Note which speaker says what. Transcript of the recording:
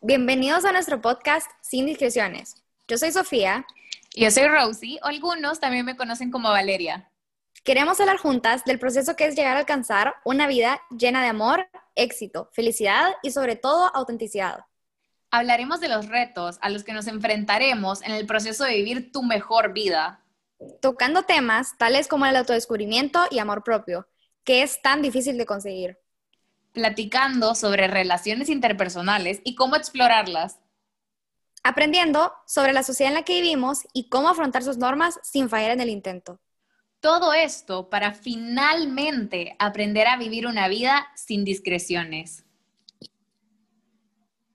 Speaker 1: Bienvenidos a nuestro podcast Sin Discreciones. Yo soy Sofía.
Speaker 2: Yo soy Rosie, o algunos también me conocen como Valeria.
Speaker 1: Queremos hablar juntas del proceso que es llegar a alcanzar una vida llena de amor, éxito, felicidad y sobre todo autenticidad.
Speaker 2: Hablaremos de los retos a los que nos enfrentaremos en el proceso de vivir tu mejor vida.
Speaker 1: Tocando temas tales como el autodescubrimiento y amor propio, que es tan difícil de conseguir.
Speaker 2: Platicando sobre relaciones interpersonales y cómo explorarlas.
Speaker 1: Aprendiendo sobre la sociedad en la que vivimos y cómo afrontar sus normas sin fallar en el intento.
Speaker 2: Todo esto para finalmente aprender a vivir una vida sin discreciones.